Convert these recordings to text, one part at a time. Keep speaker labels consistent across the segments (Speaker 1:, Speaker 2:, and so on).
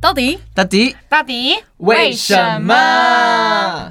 Speaker 1: 到底
Speaker 2: 到底
Speaker 1: 到底
Speaker 2: 为什么？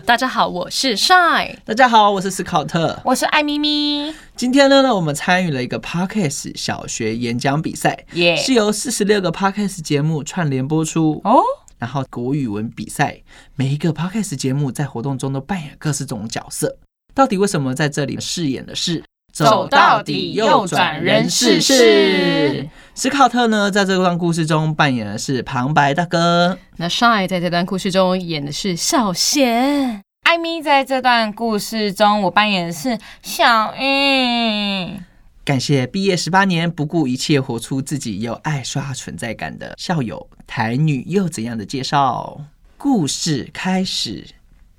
Speaker 1: 大家好，我是 Shine。
Speaker 2: 大家好，我是斯考特。
Speaker 3: 我是艾咪咪，
Speaker 2: 今天呢，我们参与了一个 Podcast 小学演讲比赛，
Speaker 3: 耶、
Speaker 2: 是由四十六个 Podcast 节目串联播出。
Speaker 3: 哦，
Speaker 2: 然后国语文比赛，每一个 podcast 节目在活动中都扮演各式种角色。到底为什么在这里饰演的是
Speaker 3: 走到底右转人事室？
Speaker 2: 史考特呢，在这段故事中扮演的是旁白大哥。
Speaker 1: 那 Shine 在这段故事中演的是小贤。
Speaker 3: 艾咪在这段故事中，我扮演的是小玉。
Speaker 2: 感谢毕业十八年，不顾一切活出自己又爱刷存在感的校友台女又怎样的介绍？故事开始，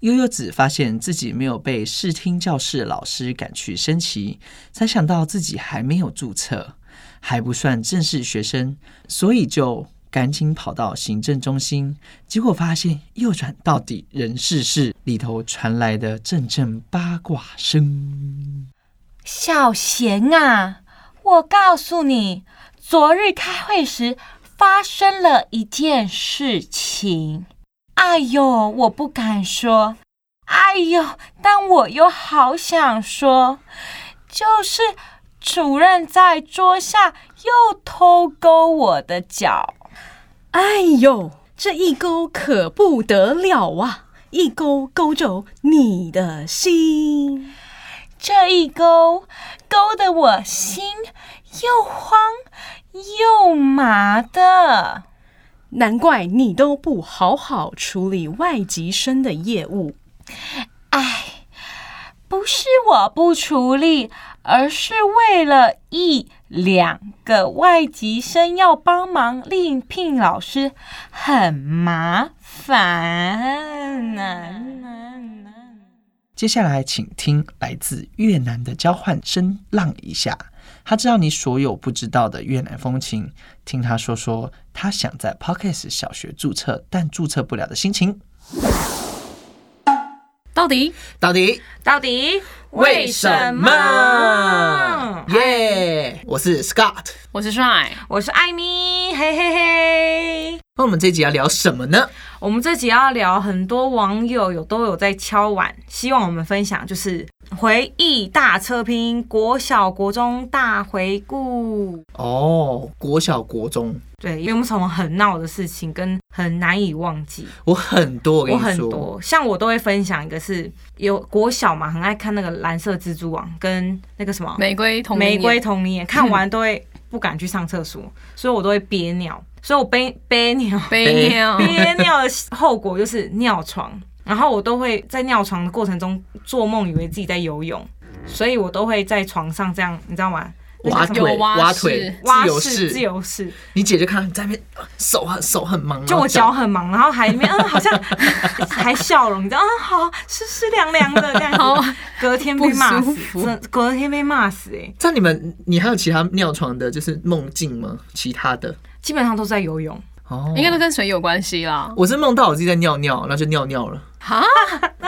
Speaker 2: 悠悠子发现自己没有被视听教室老师赶去升旗，才想到自己还没有注册，还不算正式学生，所以就赶紧跑到行政中心，结果发现右转到底人事室里头传来的阵阵八卦声。
Speaker 3: 小贤啊，我告诉你，昨日开会时发生了一件事情。哎呦，我不敢说，哎呦，但我又好想说，就是主任在桌下又偷勾我的脚。
Speaker 4: 哎呦，这一勾可不得了啊！一勾勾走你的心，
Speaker 3: 这一勾勾得我心又慌又麻的。
Speaker 4: 难怪你都不好好处理外籍生的业务。
Speaker 3: 唉，哎不是我不处理，而是为了一两个外籍生要帮忙另聘老师，很麻烦
Speaker 2: 接下来，请听来自越南的交换声浪一下。他知道你所有不知道的越南风情，听他说说他想在 Pockets 小学注册但注册不了的心情。
Speaker 1: 到底
Speaker 2: 到底
Speaker 3: 到底
Speaker 2: 为什么？耶、我是 Scott。
Speaker 1: 我是 Shine。
Speaker 3: 我是艾米，嘿嘿嘿。
Speaker 2: 那我们这集要聊什么呢？
Speaker 3: 我们这集要聊很多网友有都有在敲碗，希望我们分享就是回忆大测评，国小国中大回顾。
Speaker 2: 哦，国小、国中，
Speaker 3: 对，有没有什么很闹的事情跟很难以忘记？
Speaker 2: 我很多，我跟
Speaker 3: 我
Speaker 2: 你
Speaker 3: 很
Speaker 2: 说，
Speaker 3: 多，像我都会分享一个是有国小嘛，很爱看那个蓝色蜘蛛网跟那个什么
Speaker 1: 玫瑰同
Speaker 3: 玫
Speaker 1: 龄
Speaker 3: 瑰
Speaker 1: 眼
Speaker 3: 童林眼，看完都会不敢去上厕所，所以我都会憋尿，所以我憋憋尿。
Speaker 1: 悲鸟，
Speaker 3: 憋尿的后果就是尿床，然后我都会在尿床的过程中做梦，以为自己在游泳，所以我都会在床上这样，你知道吗？那
Speaker 2: 挖
Speaker 3: 叫什么
Speaker 2: 腿、
Speaker 1: 有蛙
Speaker 2: 挖
Speaker 1: 式
Speaker 2: 腿、
Speaker 3: 蛙
Speaker 2: 自由
Speaker 3: 式、自
Speaker 2: 式。
Speaker 3: 由式，
Speaker 2: 你姐就看你在那边呃手很手很忙，
Speaker 3: 就
Speaker 2: 然后
Speaker 3: 我脚很忙，然后还里面嗯，好像 还笑容，你知道，嗯，好湿湿凉凉的这样
Speaker 1: 好
Speaker 3: 子，隔天被骂
Speaker 1: 不舒
Speaker 3: 死，
Speaker 1: 服
Speaker 3: 真的隔天被骂死哎、
Speaker 2: 像你们，你还有其他尿床的，就是梦境吗？其他的
Speaker 3: 基本上都是在游泳，
Speaker 2: 哦
Speaker 1: 应该都跟水有关系 啦。
Speaker 2: 我是梦到我自己在尿尿，然后就尿尿了。
Speaker 1: 哈，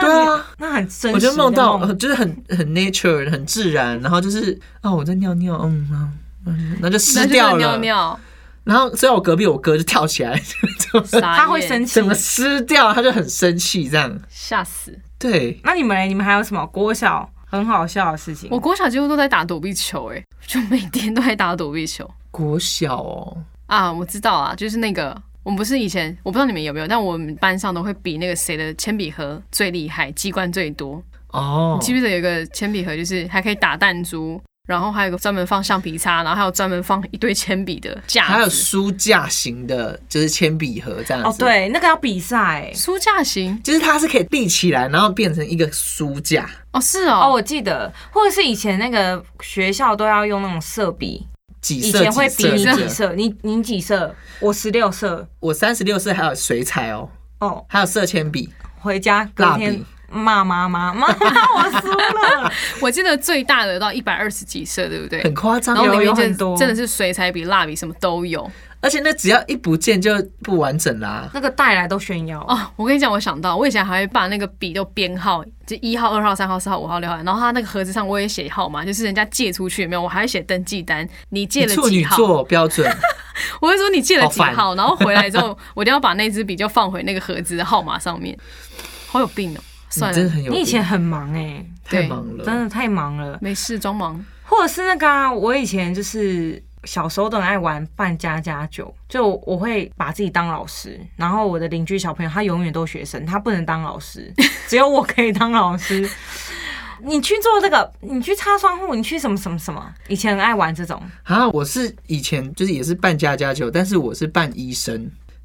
Speaker 2: 对啊，
Speaker 3: 那很真实的。
Speaker 2: 我就梦到呃就是很很 nature 很自然，然后就是啊我在尿尿，嗯啊嗯，那就湿
Speaker 1: 那就
Speaker 2: 掉
Speaker 1: 是
Speaker 2: 了。
Speaker 1: 尿 尿，
Speaker 2: 然后虽然我隔壁我哥就跳起来， 就
Speaker 1: 他
Speaker 3: 他会生气
Speaker 2: 整。个湿掉，他就很生气这样。
Speaker 1: 吓死。
Speaker 2: 对，
Speaker 3: 那你们嘞？你们还有什么国小很好笑的事情？
Speaker 1: 我国小几乎都在打躲避球、欸，就每天都在打躲避球
Speaker 2: 国小哦，
Speaker 1: 啊！我知道啊，就是那个我们不是以前，我不知道你们有没有，但我们班上都会比那个谁的铅笔盒最厉害，机关最多。
Speaker 2: 哦
Speaker 1: 你，记不记得有一个铅笔盒，就是还可以打弹珠，然后还有一个专门放橡皮擦，然后还有专门放一堆铅笔的架子，
Speaker 2: 还有书架型的，就是铅笔盒这样
Speaker 3: 哦，，
Speaker 2: 子。
Speaker 3: 对，那个要比赛、
Speaker 1: 书架型
Speaker 2: 就是它是可以立起来，然后变成一个书架。
Speaker 1: 哦，是
Speaker 3: 哦，
Speaker 1: 哦，
Speaker 3: 我记得，或者是以前那个学校都要用那种色笔，
Speaker 2: 几
Speaker 3: 以
Speaker 2: 色
Speaker 3: 前会比
Speaker 2: 几
Speaker 3: 你
Speaker 2: 色
Speaker 3: 几色，你你几色，我十六色。
Speaker 2: 我三十六色还有水彩哦，
Speaker 3: 哦，
Speaker 2: 还有色铅笔、
Speaker 3: 回家
Speaker 2: 蜡
Speaker 3: 隔天
Speaker 2: 笔，
Speaker 3: 骂妈妈， 妈妈我输了，
Speaker 1: 我记得最大的到一百二十几色，对不对？
Speaker 2: 很夸张哦
Speaker 1: 然。后
Speaker 3: 有
Speaker 1: 里面
Speaker 3: 有
Speaker 1: 就
Speaker 3: 很多
Speaker 1: 真的是水彩笔、蜡笔什么都有
Speaker 2: 而且那只要一不见就不完整啦。
Speaker 3: 那个带来都炫耀。
Speaker 1: 哦。我跟你讲，我想到我以前还会把那个笔都编号，就一号、二号、三号、四号、五号、六号，然后它那个盒子上我也写号码，就是人家借出去有没有，我还会写登记单，你借了
Speaker 2: 处
Speaker 1: 几
Speaker 2: 女
Speaker 1: 号？
Speaker 2: 座标准，
Speaker 1: 我会说你借了几
Speaker 2: 好
Speaker 1: 号，然后回来之后，我一定要把那支笔就放回那个盒子的号码上面。好有病哦、
Speaker 2: 你
Speaker 1: 算
Speaker 2: 真的
Speaker 1: 了，
Speaker 2: 很有
Speaker 3: 你以
Speaker 2: 病
Speaker 3: 前很忙哎、
Speaker 2: 太
Speaker 1: 对
Speaker 2: 忙了，
Speaker 3: 真的太忙了，
Speaker 1: 没事装忙。
Speaker 3: 或者是那个、啊、我以前就是小时候都很爱玩扮家家酒，就我会把自己当老师，然后我的邻居小朋友他永远都学生，他不能当老 师，只有我可以当老师。你去做这个，你去擦窗户，你去什么什么什么？以前很爱玩这种，
Speaker 2: 啊，我是以前就是也是扮家家酒，但是我是扮医生。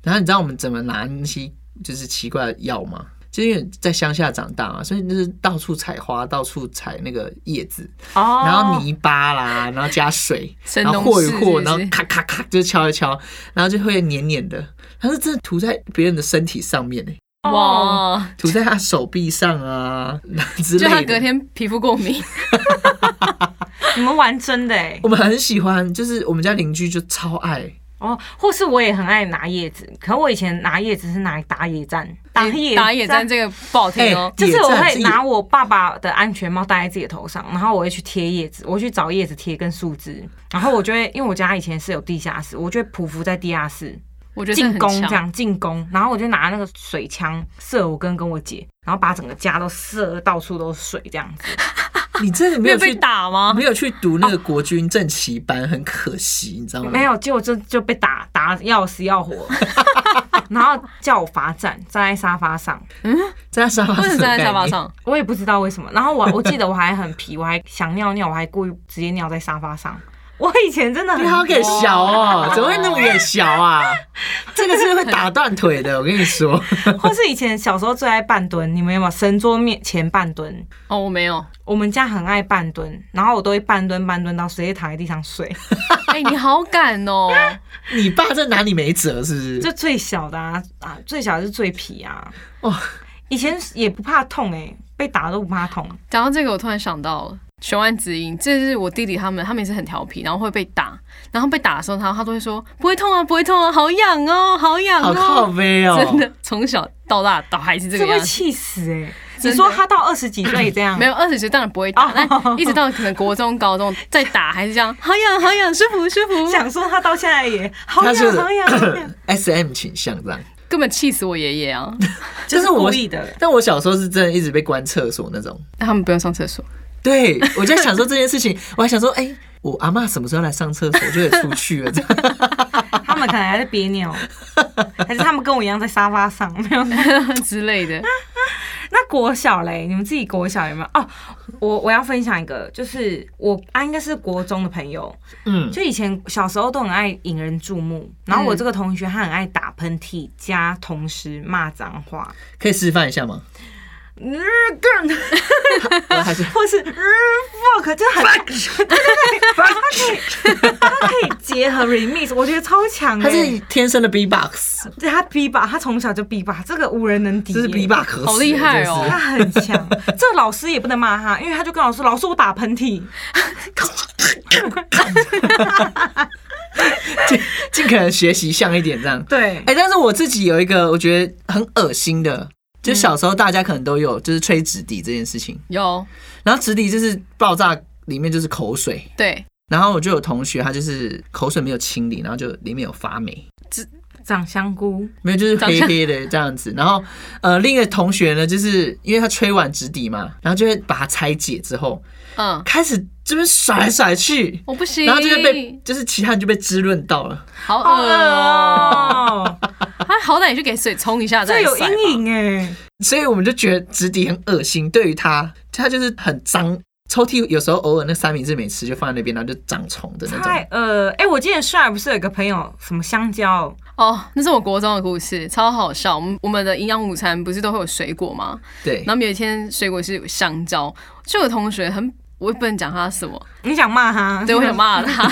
Speaker 2: 然后你知道我们怎么拿那些就是奇怪的药吗？就因为在乡下长大嘛，所以就是到处采花，到处采那个叶子，
Speaker 3: 哦
Speaker 2: 然后泥巴啦，然后加水，
Speaker 1: 神
Speaker 2: 然
Speaker 1: 农
Speaker 2: 后和一
Speaker 1: 氏是不
Speaker 2: 和，
Speaker 1: 是
Speaker 2: 然后咔咔咔就敲一敲，然后就会黏黏的。它是真的涂在别人的身体上面诶、
Speaker 3: 哦
Speaker 1: 哇，
Speaker 2: 涂在他手臂上啊 之类的。
Speaker 1: 就他隔天皮肤过敏，
Speaker 3: 你们玩真的哎、
Speaker 2: 我们很喜欢，就是我们家邻居就超爱，
Speaker 3: 哦，或是我也很爱拿叶子，可我以前拿叶子是拿来打野战，打野
Speaker 1: 打野战这个不好听哦、
Speaker 2: 哎
Speaker 3: 就是我
Speaker 2: 野战
Speaker 3: 会
Speaker 2: 是
Speaker 3: 拿我爸爸的安全帽戴在自己的头上，然后我会去贴叶子，我会去找叶子贴跟树枝，然后我就会，因为我家以前是有地下室，我就会匍匐在地下室
Speaker 1: 我觉得这
Speaker 3: 进
Speaker 1: 很
Speaker 3: 攻
Speaker 1: 强
Speaker 3: 这样进攻，然后我就拿那个水枪射我跟跟我姐，然后把整个家都射到处都是水这样子。
Speaker 2: 你真的没
Speaker 1: 没
Speaker 2: 有
Speaker 1: 有
Speaker 2: 去
Speaker 1: 被打吗
Speaker 2: 没？有去读那个国军正旗班，很可惜，你知道吗？
Speaker 3: 没有，结果就就被打打得要死要 活，然后叫我罚站，站在沙发上，
Speaker 2: 站在沙发
Speaker 1: 为
Speaker 2: 上，
Speaker 1: 什么站在沙 发，上？
Speaker 3: 我也不知道为什么。然后我我记得我还很皮，我还想尿尿，我还故意直接尿在沙发上。我以前真的很
Speaker 2: 你好给小 哦，怎么会那么给小啊？这个是会打断腿的，我跟你 说，
Speaker 3: 或是以前小时候最爱半蹲，你们有没有神桌面前半蹲？
Speaker 1: 哦，我没有。
Speaker 3: 我们家很爱半蹲，然后我都会半蹲半蹲到直接躺在地上睡，
Speaker 1: 哎、你好敢哦、
Speaker 2: 你爸这拿你没辙是不是？
Speaker 3: 就最小的啊啊，最小的是最皮啊。
Speaker 2: 哇，
Speaker 3: 以前也不怕痛哎、被打都不怕痛。
Speaker 1: 讲到这个，我突然想到了雄安子音，这是我弟弟他们，他们也是很调皮，然后会被打，然后被打的时候，他他都会说不会痛啊，不会痛啊，好痒哦，好痒
Speaker 2: 好靠
Speaker 1: 哦，
Speaker 2: 背哦，
Speaker 1: 真的从小到大都还是这
Speaker 3: 这
Speaker 1: 个样
Speaker 3: 会
Speaker 1: 子。
Speaker 3: 气死哎、
Speaker 1: 真的
Speaker 3: 你说他到二十几岁这
Speaker 2: 哦
Speaker 3: 样，
Speaker 1: 没有二十岁当然不 会打，但一直到可能国中、高中再打还是这样，好痒好痒，舒服舒服，
Speaker 3: 想说他到现在也好
Speaker 2: 他就
Speaker 3: 痒
Speaker 2: 是
Speaker 3: 好痒好痒，
Speaker 2: S M 倾向这样，
Speaker 1: 根本气死我爷爷 啊！
Speaker 2: 就是我
Speaker 3: 故意的。
Speaker 2: 但我小时候是真的一直被关厕所那种。
Speaker 1: 他们不用上厕所，
Speaker 2: 对，我就在想说这件事情，我还想说，哎、我阿嬷什么时候来上厕所，我就得出去了。这样
Speaker 3: 他们可能还在憋尿，还是他们跟我一样在沙发上没有？
Speaker 1: 之类的。
Speaker 3: 那国小嘞，你们自己国小有没有？哦，我我要分享一个，就是我啊，应该是国中的朋友，
Speaker 2: 嗯，
Speaker 3: 就以前小时候都很爱引人注目。然后我这个同学他很爱打喷嚏加同时骂脏话，
Speaker 2: 可以示范一下吗？
Speaker 3: 嗯，干
Speaker 2: 我 还是
Speaker 3: 或是嗯 fuck，就很对对对，他可以他可以结合 remix，我觉得超强
Speaker 2: 他
Speaker 3: 的。
Speaker 2: 是天生的 B box，
Speaker 3: 对他 B 吧，他从小就 B 吧，这个无人能敌
Speaker 2: 这
Speaker 3: 耶。
Speaker 2: 是 B box，可死了
Speaker 1: 好厉害哦
Speaker 3: 他很强， 这个老师也不能骂他，因为他就跟老师，老师我打喷嚏，
Speaker 2: 真的是尽尽可能学习像一点这样。
Speaker 3: 对
Speaker 2: 哎、，但是我自己有一个我觉得很恶心的，就小时候大家可能都有，就是吹纸笛这件事情。
Speaker 1: 有
Speaker 2: 然后纸笛就是爆炸，里面就是口水。
Speaker 1: 对，
Speaker 2: 然后我就有同学，他就是口水没有清理，然后就里面有发霉。
Speaker 3: 长香菇，
Speaker 2: 没有，就是
Speaker 1: 长
Speaker 2: 黑
Speaker 1: 相
Speaker 2: 黑的这样子。然后，呃，另一个同学呢，就是因为他吹完纸笛嘛，然后就会把它拆解之后，
Speaker 1: 嗯，
Speaker 2: 开始这边甩来甩去，
Speaker 1: 我不行，
Speaker 2: 然后就会被，就是其他人就被滋润到了。
Speaker 1: 好
Speaker 3: 好
Speaker 1: 恶
Speaker 3: 恶
Speaker 1: 哦、
Speaker 3: 哦，
Speaker 1: 他好歹也去给水冲一下
Speaker 3: 这
Speaker 1: 再
Speaker 3: 有
Speaker 1: 晒吧
Speaker 3: 阴影哎，
Speaker 2: 所以我们就觉得纸笛很恶心，对于他，他就是很脏。抽屉有时候偶尔那三明治没吃就放在那边，然后就长虫的那
Speaker 3: 太
Speaker 2: 种。
Speaker 3: 呃，哎，我之前帅不是有个朋友什么香蕉，
Speaker 1: 哦，那是我国中的故事，超好笑。我们我们的营养午餐不是都会有水果吗？
Speaker 2: 对
Speaker 1: 然，后有一天水果是香蕉，就有同学很，我也不能讲他什么，
Speaker 3: 你想骂他？
Speaker 1: 对我想，骂他。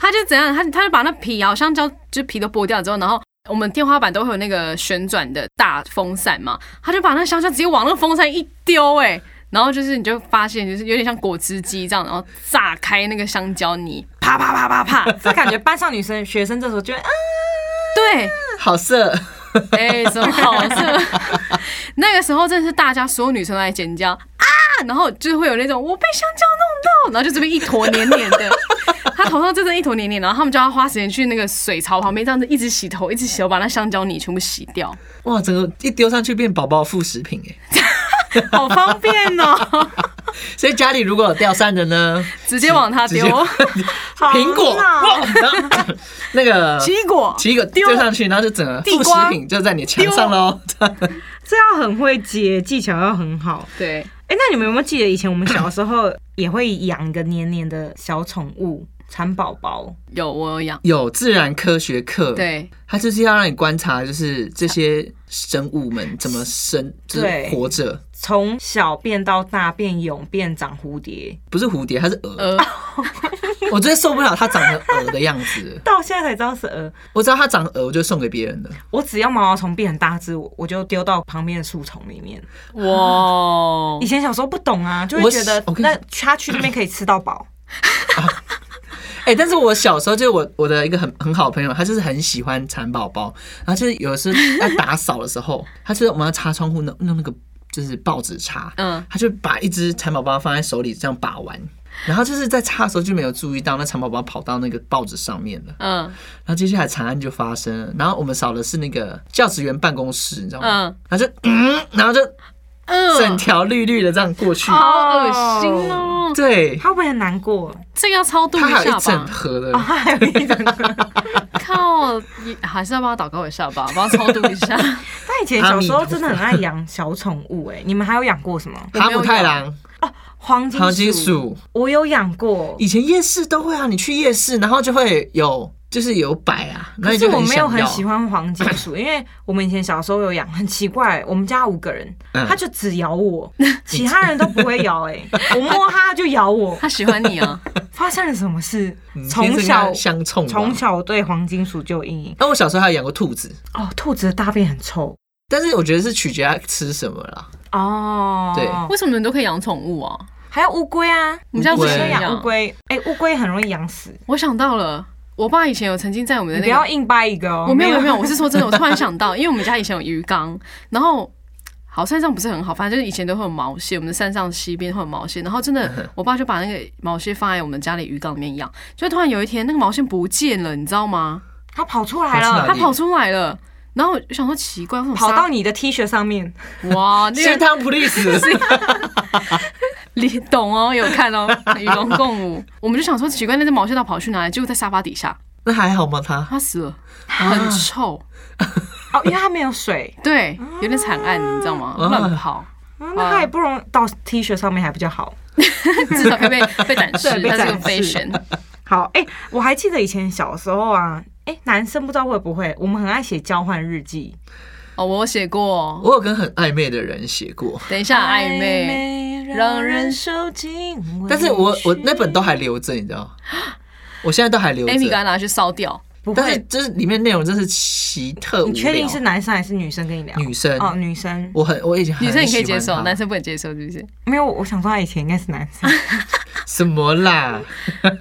Speaker 1: 他就怎样，他他就把那皮啊，香蕉就皮都剥掉之后，然后我们天花板都会有那个旋转的大风扇嘛，他就把那香蕉直接往那个风扇一丢，哎，然后就是你就发现就是有点像果汁机这样，然后炸开那个香蕉泥，啪啪啪啪啪，
Speaker 3: 这感觉班上女生学生这时候就会啊，
Speaker 1: 对，
Speaker 2: 好色，
Speaker 1: 哎、什么好事？ 那个时候真的是大家所有女生都在尖叫啊，然后就会有那种我被香蕉弄到，然后就这边一坨黏黏的， 他头上真的一坨黏黏，然后他们就要花时间去那个水槽旁边这样子一直洗头，一直洗头，把那香蕉泥全部洗掉，
Speaker 2: 哇，整个一丢上去变宝宝副食品哎，
Speaker 1: 好方 便哦，
Speaker 2: 所以家里如果有掉散的呢，
Speaker 1: 直接往它丢
Speaker 2: 直接。苹果，
Speaker 3: 好啊
Speaker 2: 哇然后那个
Speaker 3: 奇异果，
Speaker 2: 奇异果丢上去，然后就整个副食品就在你墙上喽。
Speaker 3: 这要很会接，技巧要很好。
Speaker 1: 对，
Speaker 3: 哎，那你们有没有记得以前我们小时候也会养一个黏黏的小宠物蚕宝宝？
Speaker 1: 有我有养，
Speaker 2: 有自然科学课，，
Speaker 1: 对
Speaker 2: 它就是要让你观察，就是这些生物们怎么生，就是
Speaker 3: 对
Speaker 2: 活着，
Speaker 3: 从小变到大，变蛹，变长蝴蝶，
Speaker 2: 不是蝴蝶，它是鹅。
Speaker 1: 呃，
Speaker 2: 我真的受不了它长成鹅的样子。
Speaker 3: 到现在才知道是鹅。
Speaker 2: 我知道它长鹅，我就送给别人了。
Speaker 3: 我只要毛毛虫变很大只，我我就丢到旁边的树丛里面。
Speaker 1: 哇
Speaker 3: 以，前小时候不懂啊，就会
Speaker 2: 我
Speaker 3: 觉得
Speaker 2: 我跟你
Speaker 3: 那它去那边可以吃到饱。
Speaker 2: 哎、但是我小时候就是我我的一个很很好的朋友，他就是很喜欢蚕宝宝，然后就是有的时候在打扫的时候，他就是我们要擦窗户弄弄那个就是报纸擦，
Speaker 1: 嗯
Speaker 2: 他就把一只蚕宝宝放在手里这样把玩，然后就是在擦的时候就没有注意到那蚕宝宝跑到那个报纸上面了，
Speaker 1: 嗯
Speaker 2: 然后接下来惨案就发生了，然后我们扫的是那个教职员办公室，你知道吗？
Speaker 1: 嗯
Speaker 2: 然后就嗯，然后就整
Speaker 1: 嗯，
Speaker 2: 条绿绿的这样过去，
Speaker 1: 好恶心哦，
Speaker 2: 对，
Speaker 3: 它会不会很难过？
Speaker 1: 这个要超度
Speaker 2: 它
Speaker 1: 一
Speaker 2: 还有一
Speaker 1: 下
Speaker 2: 整
Speaker 1: 吧。
Speaker 2: 盒的。
Speaker 1: 靠，也还是要帮他祷告一下吧，帮他超度 一下。
Speaker 3: 但以前小时候真的很爱养小宠物、哎，你们还有养过什么？
Speaker 2: 哈姆太郎、
Speaker 3: 黄金
Speaker 2: 长金
Speaker 3: 鼠，
Speaker 2: 鼠，
Speaker 3: 我有养过，
Speaker 2: 以前夜市都会啊，你去夜市，然后就会有，就是有摆啊，那
Speaker 3: 可
Speaker 2: 你
Speaker 3: 是
Speaker 2: 就
Speaker 3: 我
Speaker 2: 很
Speaker 3: 没
Speaker 2: 想要
Speaker 3: 有很喜欢黄金鼠， 因为我们以前小时候有养，很奇怪，我们家五个人，
Speaker 2: 嗯
Speaker 3: 它就只咬 我， 其他人都不会咬、哎，我摸它它就咬 我，
Speaker 1: 他喜欢 你啊，
Speaker 3: 发生了什么事
Speaker 2: 嗯。
Speaker 3: 从
Speaker 2: 天生跟它
Speaker 3: 小
Speaker 2: 相冲吧，
Speaker 3: 从小对黄金鼠就有阴影。
Speaker 2: 那我小时候还有养过兔子，
Speaker 3: 哦，兔子的大便很臭。
Speaker 2: 但是我觉得是取决它吃什么啦。
Speaker 3: 哦，
Speaker 2: 对
Speaker 1: 为什么你们都可以养宠物啊？
Speaker 3: 还有乌龟啊，
Speaker 1: 我们家
Speaker 2: 乌
Speaker 1: 不
Speaker 2: 龟
Speaker 1: 是
Speaker 3: 都
Speaker 2: 对
Speaker 3: 养
Speaker 1: 养
Speaker 3: 乌？龟，哎，乌龟很容易养死，
Speaker 1: 我想到了，我爸以前有曾经在我们
Speaker 3: 你
Speaker 1: 的
Speaker 3: 不
Speaker 1: 那
Speaker 3: 要
Speaker 1: 个，
Speaker 3: 硬掰一个哦。
Speaker 1: 我没有没有没有，我是说真的，我突然想到，因为我 们家以前有鱼缸，然后。好，山上不是很好，反正就是以前都会有毛蟹，我们的山上溪边会有毛蟹，然后 真的，我爸就把那个毛蟹放在我们家里鱼缸里面养，就突然有一天那个毛蟹不见了，你知道吗？
Speaker 3: 它跑出来
Speaker 2: 跑出
Speaker 3: 了
Speaker 2: 来，
Speaker 1: 它跑出来了，然后我就想说奇怪，为什么
Speaker 3: 啊跑
Speaker 1: 杀
Speaker 3: 到你的 T 恤上面，
Speaker 1: 哇，那
Speaker 2: 血
Speaker 1: 个
Speaker 2: 汤 please，
Speaker 1: 你懂哦，有看哦， 与龙共舞。我们就想说，奇怪，那只毛线到跑去哪里？结果在沙发底下，
Speaker 2: 那还好吗？它
Speaker 1: 它死了，很臭，
Speaker 3: 哦，因为它没有水，
Speaker 1: 对，有点惨案，你知道吗？
Speaker 3: 啊
Speaker 1: 乱跑，
Speaker 3: 嗯那它也不容到 T 恤上面还比较好。
Speaker 1: 至少可以被被展示，
Speaker 3: 对被
Speaker 1: 它是个
Speaker 3: 展示
Speaker 1: fashion。
Speaker 3: 好，哎、我还记得以前小时候啊，哎、男生不知道会不会，我们很爱写交换日记，
Speaker 1: 哦，我有写过，
Speaker 2: 我有跟很暧昧的人写过，
Speaker 1: 等一下暧昧，让人
Speaker 3: 受尽委屈。
Speaker 2: 但是我我那本都还留着，你知道，我现在都还留
Speaker 1: 艾米
Speaker 2: 着
Speaker 1: 赶。快拿去烧掉。
Speaker 3: 不
Speaker 2: 但是
Speaker 3: 会。
Speaker 2: 就是里面内容真是奇特无
Speaker 3: 你确定
Speaker 2: 聊
Speaker 3: 是男生还是女生跟你聊？
Speaker 2: 女生
Speaker 3: 哦，女生
Speaker 2: 我很我以前很
Speaker 1: 女生你可以
Speaker 2: 喜
Speaker 1: 接
Speaker 2: 欢
Speaker 1: 受，
Speaker 2: 她
Speaker 1: 男生不能接受，是不是？
Speaker 3: 没有，我想说他以前应该是男 生。
Speaker 2: 什么啦？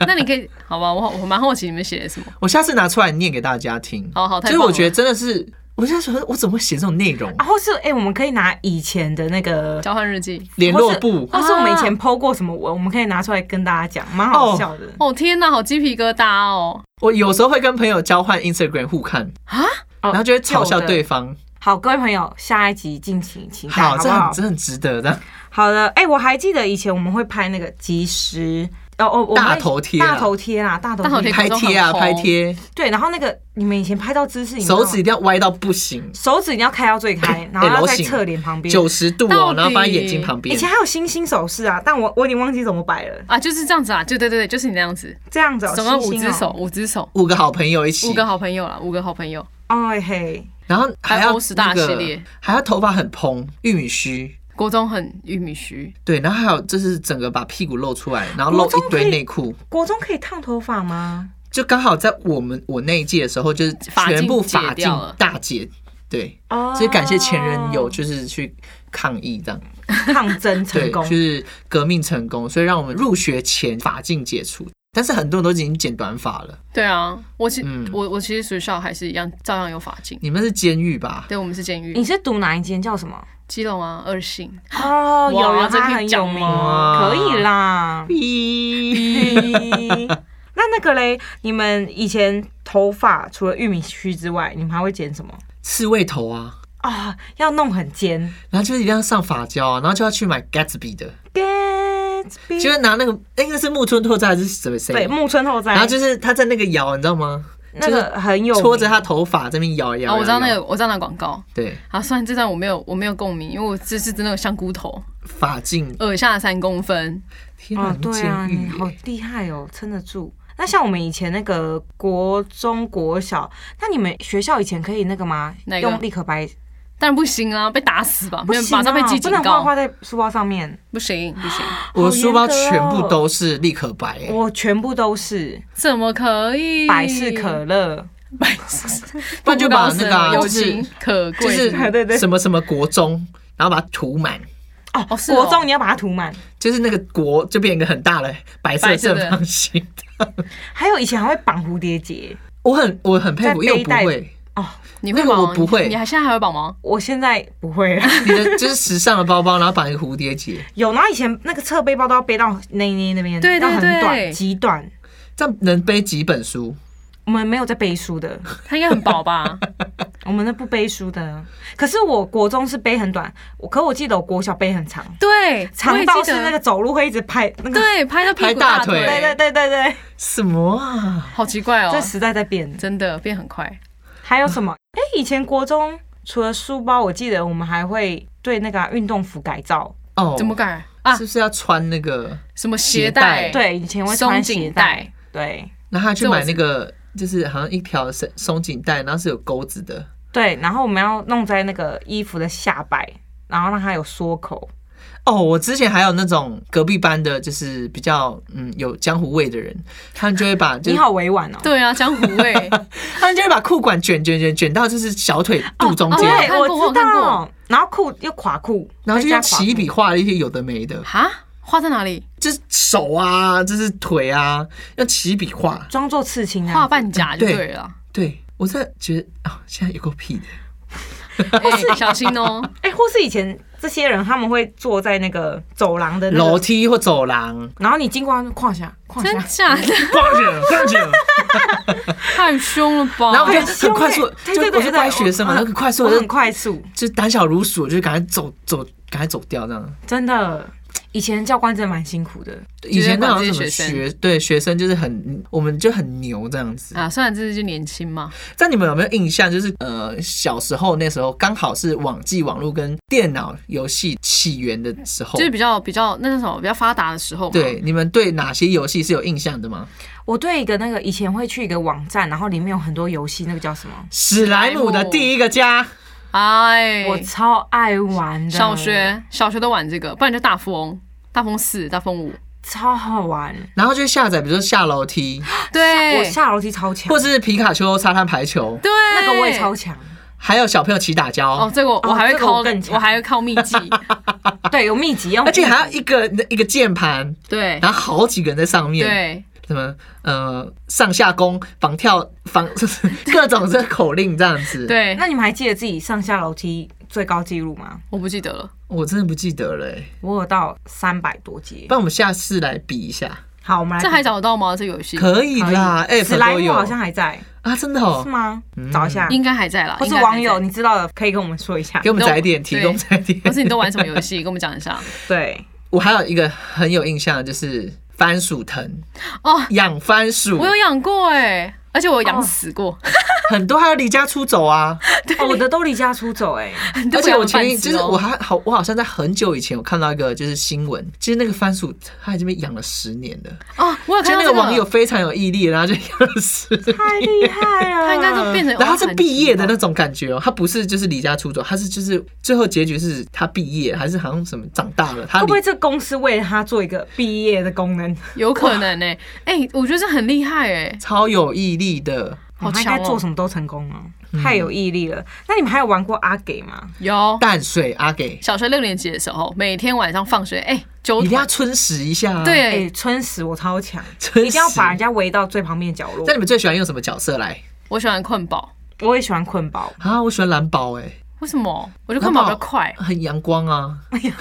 Speaker 1: 那你可以，好吧，我我蛮好奇你们写的什么。
Speaker 2: 我下次拿出来念给大家听。
Speaker 1: 好哦好太
Speaker 2: 就是
Speaker 1: 棒
Speaker 2: 我
Speaker 1: 了
Speaker 2: 觉得真的是，我现在说，我怎么会写这种内容？
Speaker 3: 啊，或是哎、我们可以拿以前的那个
Speaker 1: 交换日记。
Speaker 2: 联络啊部
Speaker 3: 或是我们以前 PO 过什么文，我们可以拿出来跟大家讲，蛮好笑的。
Speaker 1: 哦天哪，好鸡皮疙瘩哦！啊
Speaker 2: 我有时候会跟朋友交换 Instagram 互看，
Speaker 3: 哦
Speaker 2: 然后就会嘲笑
Speaker 3: 旧的
Speaker 2: 对方。
Speaker 3: 好，各位朋友，下一集敬请期待，
Speaker 2: 好，
Speaker 3: 好
Speaker 2: 这
Speaker 3: 不
Speaker 2: 很
Speaker 3: 好？
Speaker 2: 这很值得的。
Speaker 3: 好了，哎、我还记得以前我们会拍那个即时，哦哦，我们
Speaker 2: 大头贴啊
Speaker 3: 大头贴啦，大头
Speaker 1: 大头贴
Speaker 2: 拍贴啊，
Speaker 1: 口中很红
Speaker 2: 拍贴，
Speaker 3: 对，然后那个你们以前拍照姿势，你知道
Speaker 2: 手
Speaker 3: 吗
Speaker 2: 指一定哎要歪到不行，
Speaker 3: 手指一定要开到最开，然后要在侧脸旁边。
Speaker 2: 九十度
Speaker 1: 到
Speaker 2: 哦，
Speaker 1: 底
Speaker 2: 然后放在眼睛旁
Speaker 3: 以
Speaker 2: 边
Speaker 3: 前。还有星星手势啊，但我我已经忘记怎么摆了，
Speaker 1: 啊，就是这样子啊，对对对对，就是你那样子，
Speaker 3: 这样子、哦，
Speaker 1: 总共五
Speaker 3: 星星
Speaker 1: 只
Speaker 3: 哦
Speaker 1: 手，，五只手。
Speaker 2: 五个好朋友一起
Speaker 1: 五，个好朋友啦，五个好朋友，
Speaker 3: 哎嘿，
Speaker 2: 然后还
Speaker 1: 还有
Speaker 2: 要
Speaker 1: 欧十
Speaker 2: 那
Speaker 1: 大系
Speaker 2: 个
Speaker 1: 列，
Speaker 2: 还要头发很蓬，玉米须，
Speaker 1: 国中很玉米须，
Speaker 2: 对，然后还有就是整个把屁股露出来，然后露
Speaker 3: 国中
Speaker 2: 一堆
Speaker 3: 可以
Speaker 2: 内裤，
Speaker 3: 国中可以烫头发吗？
Speaker 2: 就刚好在我们我那一届的时候，就是
Speaker 1: 法禁
Speaker 2: 全部法
Speaker 1: 戒
Speaker 2: 禁
Speaker 1: 掉了
Speaker 2: 大解，对，
Speaker 3: 哦
Speaker 2: 所以感谢前人有就是去抗议这样，
Speaker 3: 抗争成
Speaker 2: 对，
Speaker 3: 功
Speaker 2: 就，是革命成功，所以让我们入学前法禁解除，但是很多人都已经剪短发了，
Speaker 1: 对啊，我其、
Speaker 2: 嗯
Speaker 1: 我我其实学校还是一样，照样有法禁。
Speaker 2: 你们是监狱吧？
Speaker 1: 对，我们是监
Speaker 3: 你
Speaker 1: 狱，
Speaker 3: 是读哪一间？叫什么？
Speaker 1: 基隆啊，二信。
Speaker 3: 哦，
Speaker 1: 哇
Speaker 3: 有人
Speaker 1: 这
Speaker 3: 他
Speaker 1: 可以
Speaker 3: 很有
Speaker 1: 讲
Speaker 3: 名，
Speaker 2: 吗
Speaker 3: 可以 啦。
Speaker 2: 哔
Speaker 3: 那那个嘞，你们以前头发除了玉米须之外，你们还会剪什么
Speaker 2: 刺猬头啊，
Speaker 3: 啊、要弄很尖
Speaker 2: 然后就是一定要上发胶啊，然后就要去买 Gatsby 的，
Speaker 3: 嗯，Gatsby，
Speaker 2: 就是拿那个哎那个是木村拓哉还是什么谁？
Speaker 3: 对木村拓哉，
Speaker 2: 然后就是他在那个摇，你知道吗？
Speaker 3: 那个很有
Speaker 2: 就
Speaker 3: 名
Speaker 2: 是搓着他头发这边摇一摇
Speaker 1: 啊，
Speaker 3: 哦
Speaker 1: 我知道那
Speaker 2: 摇
Speaker 1: 个，
Speaker 2: 一摇
Speaker 1: 我知道那个广告。
Speaker 2: 对
Speaker 1: 啊，虽然这段我没有我没有共鸣，因为我这是真的有香菇头，
Speaker 2: 发镜，
Speaker 1: 耳下三公分。
Speaker 2: 天哪，
Speaker 3: 哦，对啊，
Speaker 2: 监狱
Speaker 3: 你好
Speaker 2: 耶
Speaker 3: 厉害哦，撑得住。那像我们以前那个国中、国小，那你们学校以前可以那个吗？
Speaker 1: 哪个
Speaker 3: 用立可白？
Speaker 1: 当然不行啊，被打死吧，
Speaker 3: 不
Speaker 1: 没有
Speaker 3: 行
Speaker 1: 马上被
Speaker 3: 啊
Speaker 1: 记
Speaker 3: 不
Speaker 1: 警
Speaker 3: 能画
Speaker 1: 告，
Speaker 3: 画在书包上面。
Speaker 1: 不行不行，
Speaker 2: 我的书包
Speaker 3: 好严
Speaker 2: 全
Speaker 3: 格哦
Speaker 2: 部都是立可白耶，
Speaker 3: 我全部都是
Speaker 1: 怎么可以？
Speaker 3: 百事可乐，
Speaker 1: 百事，
Speaker 2: 不然就把那个啊
Speaker 1: 友
Speaker 2: 就是
Speaker 1: 情可
Speaker 2: 就
Speaker 1: 贵，
Speaker 2: 是
Speaker 3: 对对对
Speaker 2: 什么什么国中，然后把它涂满，
Speaker 3: 哦，
Speaker 1: 是哦
Speaker 3: 国中你要把它涂满。
Speaker 2: 就是那个国就变一个很大的白色
Speaker 1: 白色
Speaker 2: 正
Speaker 1: 的
Speaker 2: 方形。
Speaker 3: 还有以前还会绑蝴蝶结，
Speaker 2: 我很我很佩服，
Speaker 3: 在背
Speaker 2: 因为我不
Speaker 3: 带
Speaker 2: 会，
Speaker 1: 你会
Speaker 2: 那个
Speaker 1: 绑
Speaker 2: 我
Speaker 1: 吗
Speaker 2: 不会
Speaker 1: 你还现在还会绑吗？
Speaker 3: 我现在不会了。
Speaker 2: 你的就是时尚的包包，然后绑一个蝴蝶结，
Speaker 3: 有，然后以前那个侧背包都要背到内内那边，
Speaker 1: 对对
Speaker 3: 要很
Speaker 1: 对
Speaker 3: 短，极短。
Speaker 2: 这样能背几本书？
Speaker 3: 我们没有在背书的，
Speaker 1: 它应该很 薄吧？
Speaker 3: 我们那不背书的。可是我国中是背很短，我可我记得我国小背很长，
Speaker 1: 对，我
Speaker 3: 长
Speaker 1: 也
Speaker 3: 到
Speaker 1: 记
Speaker 3: 是那
Speaker 1: 得
Speaker 3: 个，走路会一直拍那个。
Speaker 1: 对，拍到屁
Speaker 2: 拍
Speaker 1: 股
Speaker 2: 大
Speaker 1: 腿，
Speaker 2: 腿
Speaker 3: 对对对对对，
Speaker 2: 什么啊？
Speaker 1: 好奇怪哦
Speaker 3: 这，时代在变。
Speaker 1: 真的变很快。
Speaker 3: 还有什么？哎，以前国中除了书包，我记得我们还会对那个啊运动服改造。
Speaker 2: 哦，
Speaker 1: 怎么改啊
Speaker 2: 是？不是要穿那个？
Speaker 1: 什么鞋
Speaker 2: 鞋
Speaker 1: 带？
Speaker 2: 带
Speaker 3: 对，以前会
Speaker 1: 松
Speaker 3: 穿
Speaker 1: 紧
Speaker 3: 鞋
Speaker 1: 带
Speaker 3: 带，。对
Speaker 2: 然后他去
Speaker 1: 这我
Speaker 2: 买
Speaker 1: 知
Speaker 2: 那个，就是好像一条松松紧带，然后是有钩子的。
Speaker 3: 对，然后我们要弄在那个衣服的下摆，然后让它有缩口。
Speaker 2: 哦，我之前还有那种隔壁班的，就是比较嗯有江湖味的人，他们就会把就是
Speaker 3: 你好委婉哦。
Speaker 1: 对啊，江湖 味。
Speaker 2: 他们就会把裤管卷卷卷卷到就是小腿肚中间，
Speaker 1: 哦
Speaker 3: 对，
Speaker 1: 哦我有看过
Speaker 3: 我
Speaker 1: 我有
Speaker 3: 知
Speaker 1: 看过
Speaker 3: 道。然后裤又垮裤，
Speaker 2: 然后就
Speaker 3: 再加
Speaker 2: 用
Speaker 3: 垮
Speaker 2: 起
Speaker 3: 裤
Speaker 2: 笔画了一些有的没的，
Speaker 1: 哈，画在哪里？
Speaker 2: 就是手啊，就是腿啊，用起笔画。
Speaker 3: 装作刺青啊，
Speaker 1: 画半甲就
Speaker 2: 对
Speaker 1: 对了。
Speaker 2: 对我真的觉得啊、现在有够屁的。
Speaker 1: 哎，小心哦！
Speaker 3: 哎、或是以前这些人他们会坐在那个走廊的那个
Speaker 2: 楼，梯或走廊，
Speaker 3: 然后你经过他们胯下，胯
Speaker 1: 真
Speaker 3: 下，
Speaker 1: 假的？
Speaker 2: 光着 光着，
Speaker 1: 太凶了
Speaker 2: 然后我
Speaker 1: 吧？
Speaker 2: 就
Speaker 3: 很
Speaker 2: 很
Speaker 3: 凶
Speaker 2: 快
Speaker 3: 欸
Speaker 2: 速，
Speaker 3: 对
Speaker 2: 就
Speaker 3: 对对
Speaker 2: 我是
Speaker 3: 对
Speaker 2: 乖学生嘛，
Speaker 3: 我
Speaker 2: 然后很快速，
Speaker 3: 我
Speaker 2: 我就
Speaker 3: 很快速，
Speaker 2: 就胆小如鼠，就赶快走走，赶快走掉这样。
Speaker 3: 真的。以前教官真的蛮辛苦的，
Speaker 2: 以前那好像什么
Speaker 1: 管这些学生
Speaker 2: 学对学生就是很，我们就很牛这样子。
Speaker 1: 啊，虽然这是就年轻嘛，
Speaker 2: 但你们有没有印象？就是呃，小时候那时候刚好是网际网络跟电脑游戏起源的时候
Speaker 1: 就，是比较比较那是什么比较发达的时候嘛。
Speaker 2: 对，你们对哪些游戏是有印象的吗？
Speaker 3: 我对一个那个以前会去一个网站，然后里面有很多游戏，那个叫什么？
Speaker 2: 史莱姆的第一个家，
Speaker 1: 哎，
Speaker 3: 我超爱玩的，
Speaker 1: 小学小学都玩这个，不然就大富翁、大富翁四、大富翁五。
Speaker 3: 超好玩。
Speaker 2: 然后就下载，比如说下楼梯，
Speaker 1: 哎对，
Speaker 3: 我下楼梯超强，
Speaker 2: 或是皮卡丘沙滩排球，
Speaker 1: 对
Speaker 3: 那个我也超强。
Speaker 2: 还有小朋友起打
Speaker 1: 哦
Speaker 2: 胶，，
Speaker 1: 这个我我还会
Speaker 3: 这个
Speaker 1: 靠
Speaker 3: 我更强
Speaker 1: 我还会靠秘籍，
Speaker 3: 对，有秘籍，要
Speaker 2: 而且还要一个一个键盘，
Speaker 1: 对
Speaker 2: 然后好几个人在上面，
Speaker 1: 对。
Speaker 2: 什么呃上下弓、防跳、 防各种这口令这样子。，
Speaker 1: 对，
Speaker 3: 那你们还记得自己上下楼梯最高纪录吗？
Speaker 1: 我不记得了。
Speaker 2: 我真的不记得了、欸，
Speaker 3: 我有到三百多节
Speaker 2: 不。然我们下次来比一下，
Speaker 3: 好，我们来
Speaker 1: 这还找得到吗？这游戏
Speaker 2: 可以啦
Speaker 3: 可以
Speaker 2: ，App
Speaker 3: 史莱
Speaker 2: 都
Speaker 3: 姆
Speaker 2: 有
Speaker 3: 好像还在，
Speaker 2: 啊，真的
Speaker 3: 是
Speaker 2: 哦，
Speaker 3: 吗？找一下，
Speaker 1: 应该还在啦，
Speaker 3: 啊或是
Speaker 1: 啊应该还在
Speaker 3: 网友，，你知道的可以跟我们说一下
Speaker 2: 给。我们载一点，
Speaker 1: 都
Speaker 2: 提供
Speaker 1: 对
Speaker 2: 载一点
Speaker 1: 或。是你都玩什么 游戏？跟我们讲一下。
Speaker 3: 对，
Speaker 2: 我还有一个很有印象的就是番薯藤
Speaker 1: 哦，
Speaker 2: 养番薯
Speaker 1: 欸 我，有养过哎、而且我养死过，
Speaker 2: 很多还要离家出走啊。
Speaker 3: 哦，我的都离家出走 哎、
Speaker 1: 都
Speaker 2: 而
Speaker 1: 不
Speaker 2: 且
Speaker 1: 要
Speaker 2: 我前一
Speaker 1: 饭吃
Speaker 2: 就是
Speaker 1: 哦
Speaker 2: 我还好，我好像在很久以前我看到一个就是新闻，其实那个番薯它已经被养了十年了，
Speaker 1: 哦，我有
Speaker 2: 就
Speaker 1: 看到
Speaker 2: 那
Speaker 1: 这
Speaker 2: 个网友非常有毅力，然后就养了 十年。
Speaker 3: 太厉害 了！
Speaker 1: 他应该都变成哦
Speaker 2: 然后他
Speaker 1: 欧
Speaker 2: 是
Speaker 1: 韩
Speaker 2: 毕
Speaker 1: 籍
Speaker 2: 业的
Speaker 1: 吧
Speaker 2: 那种感觉哦，他不是就是离家出走，他是就是最后结局是他毕业，还是好像什么长大了，他
Speaker 3: 会
Speaker 2: 离
Speaker 3: 不会这公司为他做一个毕业的功能？
Speaker 1: 有可能呢、哎、我觉得这很厉害哎、
Speaker 2: 超有毅力的。
Speaker 1: 好
Speaker 3: 他应
Speaker 1: 强
Speaker 3: 该
Speaker 1: 哦嗯
Speaker 3: 做什么都成功了，太有毅力了。那你们还有玩过阿给吗？
Speaker 1: 有
Speaker 2: 淡水阿给，
Speaker 1: 小学六年级的时候，每天晚上放学，哎、九
Speaker 2: 一定
Speaker 1: 点
Speaker 2: 要春实一下、
Speaker 3: 哎、
Speaker 2: 啊。，
Speaker 1: 对，
Speaker 3: 春实我超强，
Speaker 2: 春
Speaker 3: 一定要
Speaker 2: 实
Speaker 3: 把人家围到最旁边的角落
Speaker 2: 那。你们最喜欢用什么角色来
Speaker 1: 我喜欢困宝，
Speaker 3: 我也喜欢困宝，
Speaker 2: 啊？我喜欢蓝宝、
Speaker 1: 为什么？我觉得困宝比较快嗯
Speaker 2: 哎，，很阳光啊。
Speaker 3: 你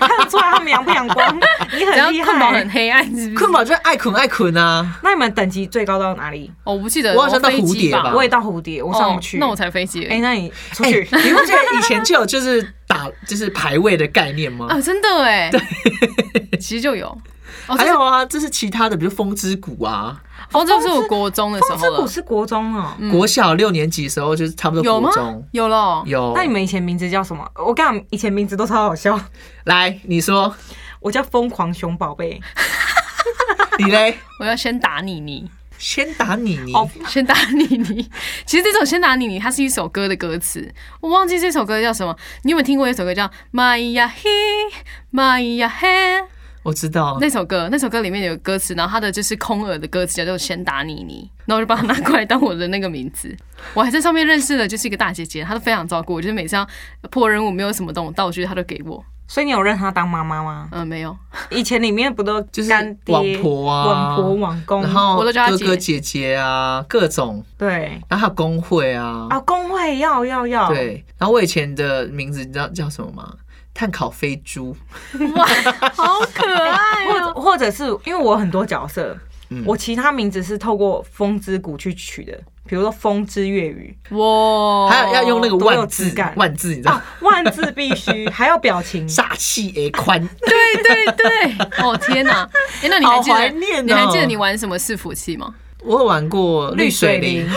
Speaker 3: 看得出来他们阳不阳 光？你
Speaker 1: 然
Speaker 3: 很
Speaker 1: 后
Speaker 3: 厉
Speaker 1: 困宝
Speaker 3: 害
Speaker 1: 很。黑暗，是不是？
Speaker 2: 困宝就是爱捆爱捆 啊，
Speaker 3: 那你们等级最高到哪里？
Speaker 1: 哦我不记得，
Speaker 2: 我好像到
Speaker 1: 飞
Speaker 2: 蝴
Speaker 1: 机
Speaker 2: 蝶吧
Speaker 3: 我也到蝴蝶，我上不去。
Speaker 1: 啊哦那我才飞机而
Speaker 3: 哎、
Speaker 1: 已。
Speaker 3: 那你出去。
Speaker 2: 哎你不觉得以前就有就是打就是排位的概念吗？
Speaker 1: 啊，真的哎，其实就有。哦，
Speaker 2: 还
Speaker 1: 这是
Speaker 2: 有啊，这是其他的，比如风之谷啊，
Speaker 1: 风筝是我国中的时
Speaker 3: 风之
Speaker 1: 候
Speaker 3: 谷
Speaker 1: 了，
Speaker 3: 是国中哦、
Speaker 1: 嗯
Speaker 2: 国小六年级的时候就是差不多
Speaker 1: 有吗
Speaker 2: 国中？
Speaker 1: 有了，
Speaker 2: 有。
Speaker 3: 那你们以前名字叫什么？我跟你讲，以前名字都超好笑。
Speaker 2: 来，你 说
Speaker 3: 我叫疯狂熊宝贝。
Speaker 2: 你嘞？
Speaker 1: 我要先打你你，
Speaker 2: 先打你你，
Speaker 3: 哦
Speaker 1: 先打你你。 其实这首先打你你，它是一首歌的歌词，我忘记这首歌叫什么。你有没有听过一首歌叫《My Ya He My Ya He》？
Speaker 2: 我知道。
Speaker 1: 那首歌，那首歌里面有歌词，然后它的就是空耳的歌词叫做“先打你你”，然后我就把它拿过来当我的那个名字。我还在上面认识了，就是一个大姐姐，她都非常照顾我，就是每次要破任务没有什么动道具，她都给我。
Speaker 3: 所以你有认他当妈妈吗？
Speaker 1: 嗯、没有，
Speaker 3: 以前里面不都
Speaker 2: 就是
Speaker 3: 干爹、
Speaker 2: 王婆啊
Speaker 3: 王婆、王公，
Speaker 2: 然后
Speaker 1: 我都叫他
Speaker 2: 哥
Speaker 1: 姐
Speaker 2: 哥姐姐啊，各种，
Speaker 3: 对
Speaker 2: 然后还有工会啊，
Speaker 3: 啊，工会要要要，，
Speaker 2: 对。然后我以前的名字你知道叫什么吗？碳烤飞猪，
Speaker 1: 哇，好可爱
Speaker 3: 或
Speaker 1: 哦、
Speaker 3: 者或者是因为我很多角色，
Speaker 2: 嗯
Speaker 3: 我其他名字是透过风之谷去取的，比如说风之粤语
Speaker 1: 哇，
Speaker 2: 还有要用那个
Speaker 3: 多有
Speaker 2: 万
Speaker 3: 质
Speaker 2: 字
Speaker 3: 感，
Speaker 2: 万字你知道
Speaker 3: 啊，，万字必 须，还要表情，
Speaker 2: 煞气诶宽，
Speaker 1: 对对对，哦天哪！哎、那你还记
Speaker 2: 好怀
Speaker 1: 得
Speaker 2: 念哦
Speaker 1: 你还记得你玩什么伺服器吗？
Speaker 2: 我有玩过绿水灵，
Speaker 3: 绿
Speaker 2: 天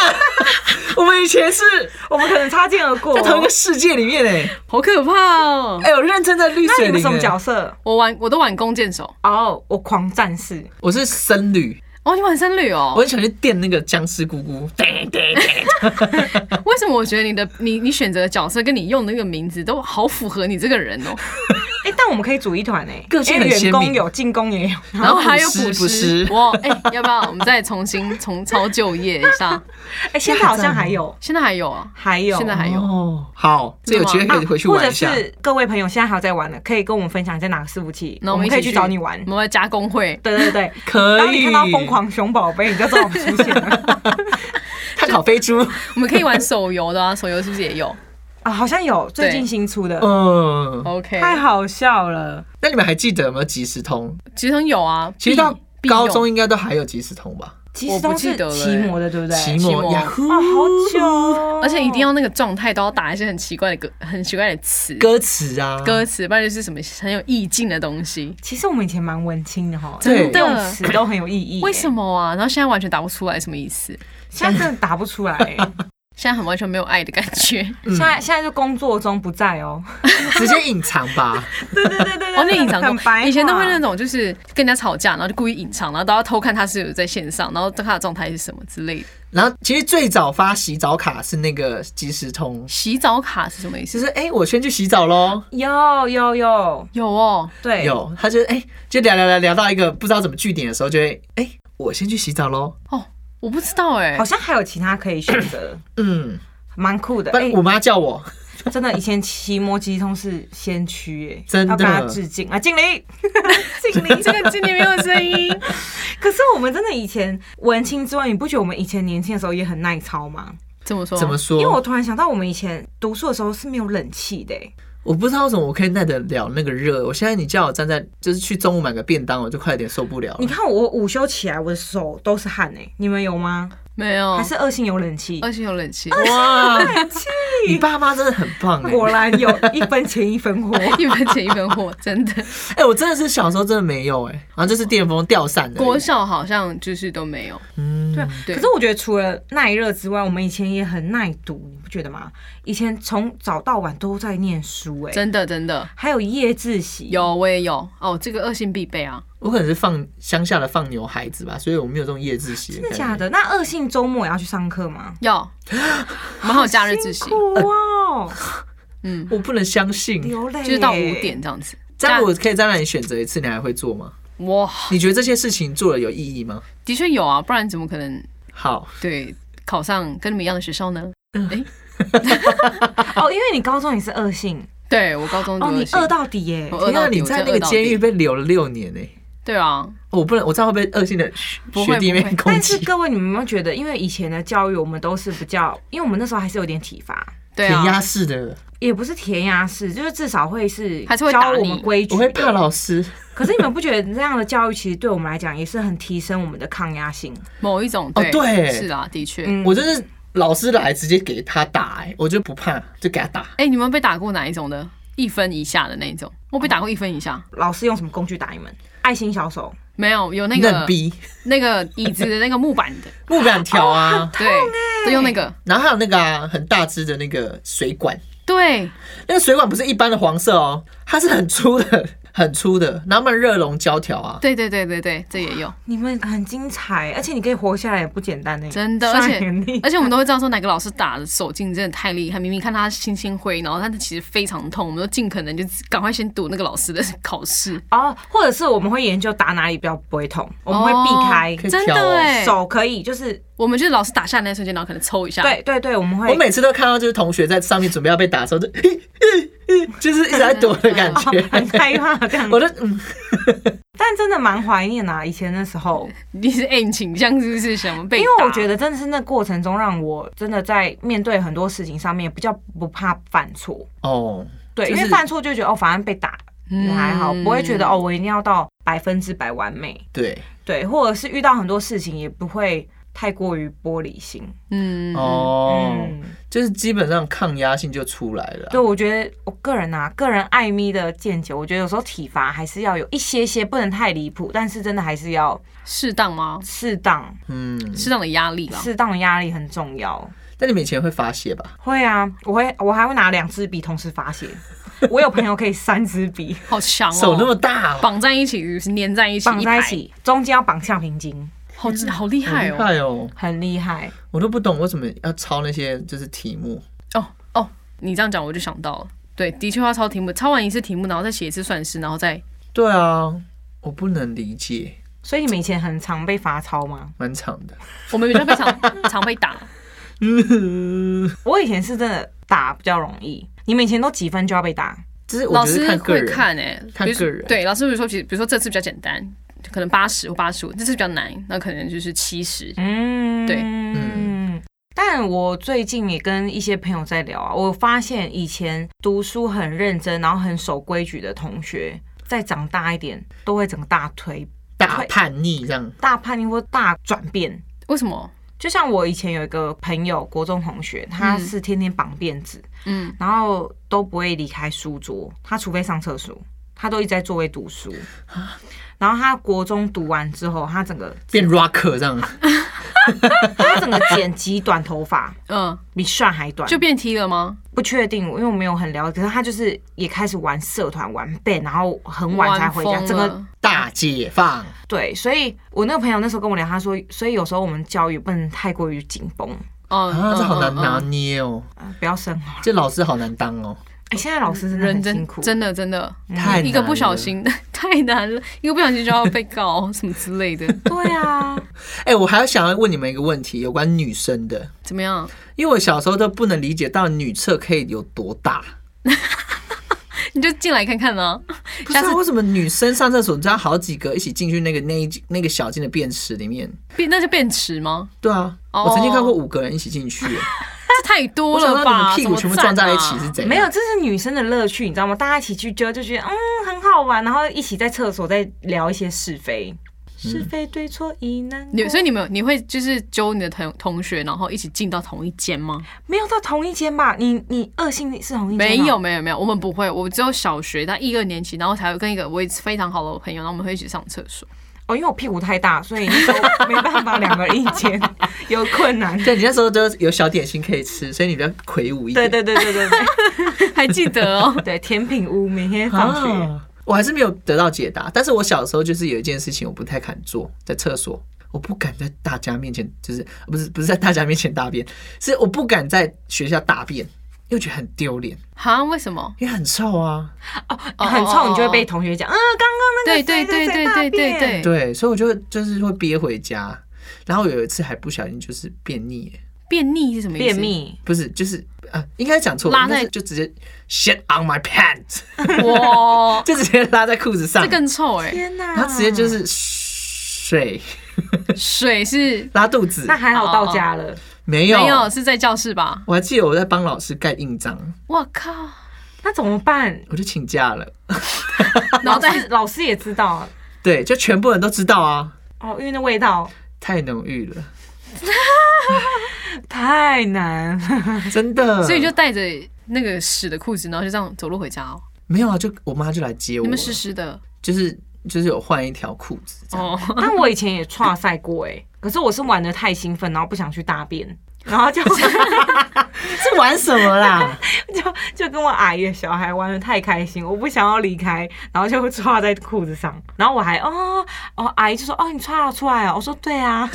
Speaker 3: 水
Speaker 2: 哪！我们以前是
Speaker 3: 我们可能擦肩而过。
Speaker 2: 在同一个世界里面欸诶，
Speaker 1: 好可怕哦！
Speaker 2: 哎，我认真的绿
Speaker 3: 那
Speaker 2: 水
Speaker 3: 你们
Speaker 2: 灵
Speaker 3: 什么角
Speaker 2: 欸，
Speaker 3: 色？
Speaker 1: 我玩我都玩弓箭手，
Speaker 3: 哦，我狂战士，
Speaker 2: 我是僧侣，
Speaker 1: 哦，你玩僧侣哦
Speaker 2: 我。很喜欢去电那个僵尸姑姑，叮叮叮
Speaker 1: 为什么我觉得你的你你选择的角色跟你用的那个名字都好符合你这个人哦？
Speaker 3: 哎，但我们可以组一团哎，
Speaker 2: 个性
Speaker 3: 因为
Speaker 2: 很鲜
Speaker 3: 员工
Speaker 2: 明
Speaker 3: 有，进攻也有。
Speaker 1: 然后还有
Speaker 2: 捕
Speaker 1: 捕
Speaker 2: 食捕食
Speaker 1: 哇，哎、要不要我们再重新重操旧业一下？
Speaker 3: 哎，现在好像还有，
Speaker 1: 现在还有啊，
Speaker 3: 还有，
Speaker 1: 现在还有
Speaker 2: 哦，好，这
Speaker 1: 真
Speaker 2: 有
Speaker 1: 的吗
Speaker 2: 机会可以回去玩一
Speaker 3: 啊
Speaker 2: 下
Speaker 3: 或。者是各位朋友现在还有在玩的，可以跟我们分享你在哪个伺服器，
Speaker 1: 那
Speaker 3: 我们
Speaker 1: 一
Speaker 3: 可
Speaker 1: 起
Speaker 3: 以去找你玩
Speaker 1: 我。们来加工会。
Speaker 3: 对对对，
Speaker 2: 可以
Speaker 3: 当你看到疯狂熊宝贝，你就知道我们出现了
Speaker 2: 碳烤飞猪，
Speaker 1: 我们可以玩手游的啊，手游是不是也有
Speaker 3: 啊！好像有最近新出的，
Speaker 2: 嗯，
Speaker 1: ？OK，
Speaker 3: 太好笑了。
Speaker 2: 那你们还记得有没有即时通？
Speaker 1: 其实有啊，
Speaker 2: 其实到
Speaker 1: 必必
Speaker 2: 高
Speaker 1: 用
Speaker 2: 中应该都还有即时通吧？
Speaker 3: 其
Speaker 1: 我
Speaker 3: 实
Speaker 1: 不
Speaker 3: 都
Speaker 1: 记
Speaker 3: 是
Speaker 1: 得了
Speaker 3: 奇摩的，对不对？
Speaker 2: 奇
Speaker 1: 奇
Speaker 2: 摩
Speaker 1: 摩
Speaker 2: 呀呼
Speaker 3: 啊，好久哦，
Speaker 1: 而且一定要那个状态都要打一些很奇怪的歌，很奇怪的词。
Speaker 2: 歌词啊，
Speaker 1: 歌词，不然就是什么很有意境的东西。
Speaker 3: 其实我们以前蛮文青的哈，
Speaker 2: 对
Speaker 3: 用词都很有意 义。欸
Speaker 1: 为什？么啊？然后现在完全打不出来什么意思，
Speaker 3: 现在真的答不出来。欸
Speaker 1: 现在很完全没有爱的感觉。
Speaker 2: 嗯
Speaker 3: 现在现在就工作中不在哦。
Speaker 2: 直接隐藏 吧。
Speaker 3: 对对对对
Speaker 1: 哦，那隐藏
Speaker 3: 很白
Speaker 1: 过，
Speaker 3: 话，
Speaker 1: 以前都会那种就是跟人家吵架，然后就故意隐藏，然后都要偷看他是有在线上，然后他的状态是什么之类的。
Speaker 2: 然后其实最早发洗澡卡是那个即时通，
Speaker 1: 洗澡卡是什么意
Speaker 2: 就
Speaker 1: 思？
Speaker 2: 是哎、诶我先去洗澡喽。
Speaker 3: 有有有，
Speaker 1: 有哦，
Speaker 3: 对，
Speaker 2: 有，他就哎、诶就聊聊聊聊到一个不知道怎么据点的时候，就会哎、诶我先去洗澡喽。
Speaker 1: 哦，我不知道哎、
Speaker 3: 好像还有其他可以选 择，
Speaker 2: 嗯，
Speaker 3: 蛮酷的。
Speaker 2: 不然
Speaker 3: 哎
Speaker 2: 我妈叫我，
Speaker 3: 真的，以前奇摩机通是先驱哎，
Speaker 2: 真的
Speaker 3: 要跟他致敬啊，敬礼， 敬礼。
Speaker 1: 这个今年没有声音，
Speaker 3: 可是我们真的以前文青之外，你不觉得我们以前年轻的时候也很耐操吗？
Speaker 1: 怎么说？
Speaker 2: 怎么说？
Speaker 3: 哦因为我突然想到，我们以前读书的时候是没有冷气的哎，
Speaker 2: 我不知道为什么我可以耐得了那个热。我现在你叫我站在，就是去中午买个便当，我就快点受不了
Speaker 3: 你
Speaker 2: 了。
Speaker 3: 看我午休起来，我的手都是汗哎，你们有吗？
Speaker 1: 没有，
Speaker 3: 还是恶性有冷气？
Speaker 1: 而且有冷气，
Speaker 2: 哇，你爸妈真的很棒哎、
Speaker 3: 果然有一分钱一分货。
Speaker 1: 一分钱一分货，真的。
Speaker 2: 哎、我真的是小时候真的没有哎、然后就是电风吊扇的。
Speaker 1: 国小好像就是都没有，
Speaker 2: 嗯，
Speaker 3: 对，啊
Speaker 1: 对
Speaker 3: 可是我觉得除了耐热之外，我们以前也很耐读，你不觉得吗？以前从早到晚都在念书、哎，
Speaker 1: 真的真的
Speaker 3: 还有夜自习，
Speaker 1: 有，我也有哦，这个恶性必备啊。
Speaker 2: 我可能是放乡下的放牛孩子吧，所以我没有这种夜自习。
Speaker 3: 真的假？的？那恶性周末也要去上课吗？
Speaker 1: 要，我们还有哦假日自习
Speaker 3: 辛，苦 哦，
Speaker 1: 嗯，
Speaker 2: 我不能相信。
Speaker 3: 流泪耶，
Speaker 1: 就是到五点这样子。
Speaker 2: 这样我可以再让你选择一次，你还会做吗？
Speaker 1: 哇，
Speaker 2: 你觉得这些事情做了有意义吗？
Speaker 1: 的确有啊，不然怎么可能
Speaker 2: 好，
Speaker 1: 对考上跟你们一样的学校呢？
Speaker 3: 哦，因为你高中也是恶性，
Speaker 1: 对我高中就
Speaker 3: 哦，你
Speaker 1: 恶性
Speaker 3: 饿到底耶、
Speaker 1: 我
Speaker 2: 你
Speaker 1: 饿到
Speaker 2: 看
Speaker 1: 底
Speaker 2: 啊你
Speaker 1: 我
Speaker 2: 在
Speaker 1: 真
Speaker 2: 那个
Speaker 1: 的饿到
Speaker 2: 监狱
Speaker 1: 底。
Speaker 2: 被留了六年呢、
Speaker 1: 对啊，
Speaker 2: 我不能，我这样会被恶性的
Speaker 1: 不
Speaker 2: 学
Speaker 1: 会
Speaker 2: 弟妹
Speaker 1: 不会
Speaker 2: 攻
Speaker 3: 但是
Speaker 2: 击。
Speaker 3: 各位，你们有没有觉得，因为以前的教育，我们都是比较，因为我们那时候还是有点体罚，
Speaker 1: 对
Speaker 2: 填鸭
Speaker 1: 啊，
Speaker 2: 式的，
Speaker 3: 也不是填鸭式，就是至少会是
Speaker 1: 还是会打
Speaker 3: 教
Speaker 1: 你
Speaker 3: 我们规矩。
Speaker 2: 我会怕老师。
Speaker 3: 可是你们不觉得这样的教育其实对我们来讲也是很提升我们的抗压性？
Speaker 1: 某一种
Speaker 2: 哦对
Speaker 1: 是啊，的确。
Speaker 3: 嗯
Speaker 2: 我就是老师来直接给他打、欸，我就不怕，就给他打。
Speaker 1: 哎，你们被打过哪一种的？一分以下的那一种？我被打过一分以下，
Speaker 3: 老师用什么工具打你们？爱心小手，
Speaker 1: 没有，有那
Speaker 2: 嫩
Speaker 1: 个
Speaker 2: 逼
Speaker 1: 那个椅子的那个木板的，
Speaker 2: 木板条
Speaker 1: 哦
Speaker 2: 啊，
Speaker 3: 欸
Speaker 1: 对，都用那个，
Speaker 2: 然后还有那个啊很大只的那个水管，
Speaker 1: 对，
Speaker 2: 那个水管不是一般的黄色哦，它是很粗的，很粗的，然后他们热熔胶条啊，
Speaker 1: 对对对对对，这也有，
Speaker 3: 你们很精彩，而且你可以活下来也不简单呢、欸
Speaker 1: 真的，而
Speaker 3: 算
Speaker 1: 且
Speaker 3: 很厉害
Speaker 1: 而且我们都会知道说哪个老师打的手劲真的太厉害，明明看他轻轻挥，然后他其实非常痛，我们都尽可能就赶快先读那个老师的考 试，
Speaker 3: 哦，或者是我们会研究打哪里比较不会痛，我们会避开。
Speaker 2: 可以
Speaker 1: 真
Speaker 2: 挑哦
Speaker 1: 的哎，
Speaker 3: 手可以，就是
Speaker 1: 我们就是老师打下来那瞬间，然后可能抽一下，
Speaker 3: 对对对，我们会
Speaker 2: 我每次都看到就是同学在上面准备要被打的时候，就 就是一直在躲的 感觉，。
Speaker 3: 很害怕这样
Speaker 2: 我就嗯，
Speaker 3: 但真的蛮怀念啊，以前那时候，
Speaker 1: 你是 N 倾向是不是什么被
Speaker 3: 因
Speaker 1: 打？
Speaker 3: 为我觉得真的是那过程中让我真的在面对很多事情上面比较不怕犯错，
Speaker 2: 哦，
Speaker 3: 对，
Speaker 2: 就
Speaker 3: 因
Speaker 2: 是
Speaker 3: 为犯错就觉得哦，反正被打也还好，
Speaker 1: 嗯
Speaker 3: 不会觉得哦，我一定要到百分之百完美，
Speaker 2: 对，
Speaker 3: 对，或者是遇到很多事情也不会太过于玻璃心。
Speaker 1: 嗯，
Speaker 2: 哦，
Speaker 3: 嗯，
Speaker 2: 就是基本上抗压性就出来了啊，
Speaker 3: 对，我觉得我个人啊，个人爱咪的见解，我觉得有时候体罚还是要有一些些，不能太离谱，但是真的还是要
Speaker 1: 适当吗？
Speaker 3: 适当，
Speaker 2: 嗯，
Speaker 1: 适当的压力啦，
Speaker 3: 适当的压力很重要。
Speaker 2: 但你们以前会发泄吧？
Speaker 3: 会啊，我会，我还会拿两支笔同时发泄。我有朋友可以三支 笔
Speaker 1: 好强哦，
Speaker 2: 手那么大哦，
Speaker 1: 绑在一起，是粘在一起，
Speaker 3: 绑在一
Speaker 1: 排，
Speaker 3: 起，嗯中间要绑橡皮筋，
Speaker 1: 好好厉
Speaker 2: 好
Speaker 1: 害
Speaker 2: 厉
Speaker 1: 哦，
Speaker 2: 害哦，
Speaker 3: 很厉害。
Speaker 2: 我都不懂为什么要抄那些就是题目，
Speaker 1: 哦哦，你这样讲我就想到了，对，的确要抄题目，抄完一次题目，然后再写一次算式，然后再
Speaker 2: 对啊，我不能理解，
Speaker 3: 所以你们以前很常被罚抄吗？
Speaker 2: 蛮长的，
Speaker 1: 我们比较非 常常被打，
Speaker 3: 我以前是真的打比较容易，你们以前都几分就要被打？
Speaker 2: 就是我
Speaker 1: 老
Speaker 2: 觉得
Speaker 1: 师
Speaker 2: 看个
Speaker 1: 会
Speaker 2: 人，
Speaker 1: 看诶、
Speaker 2: 看
Speaker 1: 比如
Speaker 2: 个人
Speaker 1: 对，老师比如说，比比如说这次比较简单，可能八十或八十五，这次比较难，那可能就是七十。
Speaker 3: 嗯，
Speaker 1: 对
Speaker 3: 嗯。但我最近也跟一些朋友在聊啊，我发现以前读书很认真，然后很守规矩的同学，再长大一点都会整个大推
Speaker 2: 大叛逆这样，
Speaker 3: 大叛逆或大转变。
Speaker 1: 为什么？
Speaker 3: 就像我以前有一个朋友，国中同学，他是天天绑辫子，
Speaker 1: 嗯，
Speaker 3: 然后都不会离开书桌，他除非上厕所，他都一直在座位读书。
Speaker 1: 啊
Speaker 3: 然后他国中读完之后，他整个
Speaker 2: 变 rock 这样，
Speaker 3: 他整个剪辑短头发，
Speaker 1: 嗯，
Speaker 3: 比帅还短，
Speaker 1: 就变 T 了吗？
Speaker 3: 不确定，因为我没有很了解。可是他就是也开始玩社团、玩 band，然后很晚才回家。
Speaker 1: 玩
Speaker 3: 整
Speaker 1: 疯
Speaker 3: 个
Speaker 1: 了。嗯
Speaker 2: 大解放，
Speaker 3: 对，所以我那个朋友那时候跟我聊，他说，所以有时候我们教育不能太过于紧绷，
Speaker 1: 哦
Speaker 2: 啊，这好难拿
Speaker 1: 嗯
Speaker 2: 捏哦，
Speaker 3: 呃不要生好了。
Speaker 2: 这老师好难当哦，
Speaker 3: 哎、现在老师真的
Speaker 1: 认
Speaker 3: 很
Speaker 1: 真
Speaker 3: 辛苦，，
Speaker 1: 真的真的，
Speaker 2: 太难
Speaker 1: 嗯一个不小
Speaker 2: 了
Speaker 1: 心 太难了，一个不小心就要被告什么之类的，
Speaker 3: 对啊，
Speaker 2: 哎、我还要想要问你们一个问题，有关女生的，
Speaker 1: 怎么样？
Speaker 2: 因为我小时候都不能理解到女厕可以有多大，
Speaker 1: 你就进来看啊看呢、
Speaker 2: 不知
Speaker 1: 下
Speaker 2: 道
Speaker 1: 次
Speaker 2: 为什么女生上厕所只要好几个一起进去那个那一那个小间的便池里面，
Speaker 1: 变那就变迟吗？
Speaker 2: 对啊，
Speaker 1: 哦
Speaker 2: 我曾经看过五个人一起进去，
Speaker 1: 这太多
Speaker 2: 我想
Speaker 1: 了
Speaker 2: 到你
Speaker 1: 吧？
Speaker 2: 们屁股全部撞在一起是
Speaker 1: 怎么啊
Speaker 2: 怎样？
Speaker 3: 没有，这是女生的乐趣，你知道吗？大家一起去揪，就觉得嗯很好玩，然后一起在厕所再聊一些是非。是非对错已难
Speaker 1: 你
Speaker 3: 过。
Speaker 1: 所以你们有你会就是揪你的同同学，然后一起进到同一间吗？
Speaker 3: 没有到同一间吧？你你恶性是同一间吗
Speaker 1: 没有，没有没有，我们不会，我只有小学到一二年级，然后才会跟一个我非常好的朋友，然后我们会一起上厕 所。
Speaker 3: 哦，因为我屁股太大，所以那时 候没办法两个人一间，有困难。
Speaker 2: 对，你那时候都有小点心可以吃，所以你比较魁梧一
Speaker 3: 对
Speaker 2: 点。
Speaker 3: 对对对对 对
Speaker 1: 还记得哦，
Speaker 3: 对，甜品屋每天放学，
Speaker 2: 啊我还是没有得到解答。但是我小时候就是有一件事情我不太敢做，在厕所，我不敢在大家面前，就是不是不是在大家面前大便，是我不敢在学校大便，因为觉得很丢脸，
Speaker 1: 哈？为 什么？
Speaker 2: 因为很臭啊。
Speaker 1: 哦
Speaker 3: 很
Speaker 1: 哦
Speaker 3: 臭，
Speaker 1: 哦
Speaker 3: 你就会被同学讲，嗯，刚刚那个
Speaker 1: 对对
Speaker 3: 谁谁
Speaker 1: 对
Speaker 3: 谁
Speaker 1: 对
Speaker 3: 大
Speaker 1: 对对
Speaker 3: 便
Speaker 1: 对，
Speaker 2: 对，所以我就就是会憋回家。然后有一次还不小心就是便秘，
Speaker 1: 便秘是什么意
Speaker 3: 便，
Speaker 1: 思？
Speaker 3: 秘，
Speaker 2: 不是就是啊，应该讲错了，
Speaker 1: 拉
Speaker 2: 应该
Speaker 1: 在
Speaker 2: 是就直接 shit on my pants，
Speaker 1: 哇，
Speaker 2: 就直接拉在裤子上，
Speaker 1: 这更臭哎、
Speaker 3: 天哪！
Speaker 2: 然后直接就是水
Speaker 1: 水是
Speaker 2: 拉肚子
Speaker 3: 那，还好到家
Speaker 1: 哦
Speaker 3: 了，
Speaker 2: 没有
Speaker 1: 没有是在教室吧？
Speaker 2: 我还记得我在帮老师盖印章，
Speaker 1: 我 靠，
Speaker 3: 那怎么办？
Speaker 2: 我就请假了。
Speaker 1: 然
Speaker 3: 老
Speaker 1: 后再
Speaker 3: 师老师也知道啊
Speaker 2: 对，就全部人都知道啊，
Speaker 3: 哦，因为那味道
Speaker 2: 太浓郁了，
Speaker 3: 太难。
Speaker 2: 真的。
Speaker 1: 所以就带着那个屎的裤子，然后就这样走路回家哦。
Speaker 2: 没有啊，就我妈就来接我
Speaker 1: 你
Speaker 2: 了，
Speaker 1: 们湿湿的
Speaker 2: 就是就是有换一条裤子 这样。
Speaker 1: 哦，
Speaker 3: 但我以前也跨赛过哎、可是我是玩的太兴奋，然后不想去大便，然后就
Speaker 2: 是玩什么啦？
Speaker 3: 就就跟我阿姨的小孩玩的太开心，我不想要离开，然后就会抓在裤子上，然后我还哦哦，阿姨就说哦你抓了出来哦，我说对啊，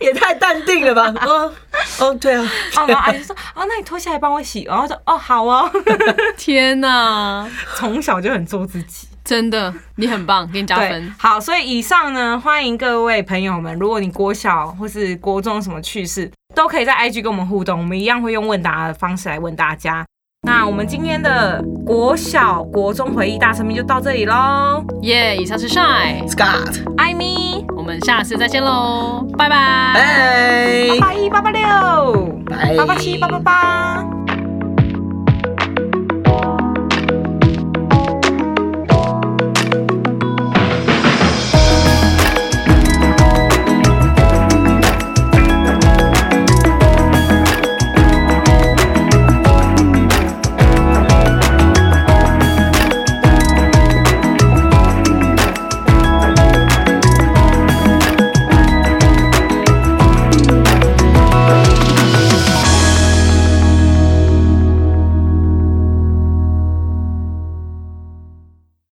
Speaker 2: 也太淡定了吧？哦哦，对啊，
Speaker 3: 哦，然后阿姨就说哦那你脱下来帮我洗，然后就哦好哦，
Speaker 1: 天哪，
Speaker 3: 从小就很做自己。
Speaker 1: 真的你很棒，给你加
Speaker 3: 对
Speaker 1: 分，。
Speaker 3: 好，所以以上呢，欢迎各位朋友们，如果你国小或是国中有什么趣事，都可以在 IG 跟我们互动，我们一样会用问答的方式来问大家。那我们今天的国小、国中回忆大生命就到这里喽，
Speaker 1: 耶、以上是 Shy，
Speaker 2: Scott，
Speaker 3: 艾米，
Speaker 1: 我们下次再见喽，拜拜
Speaker 2: 拜
Speaker 3: 八一八八六，
Speaker 2: 拜
Speaker 3: 八八七八八八。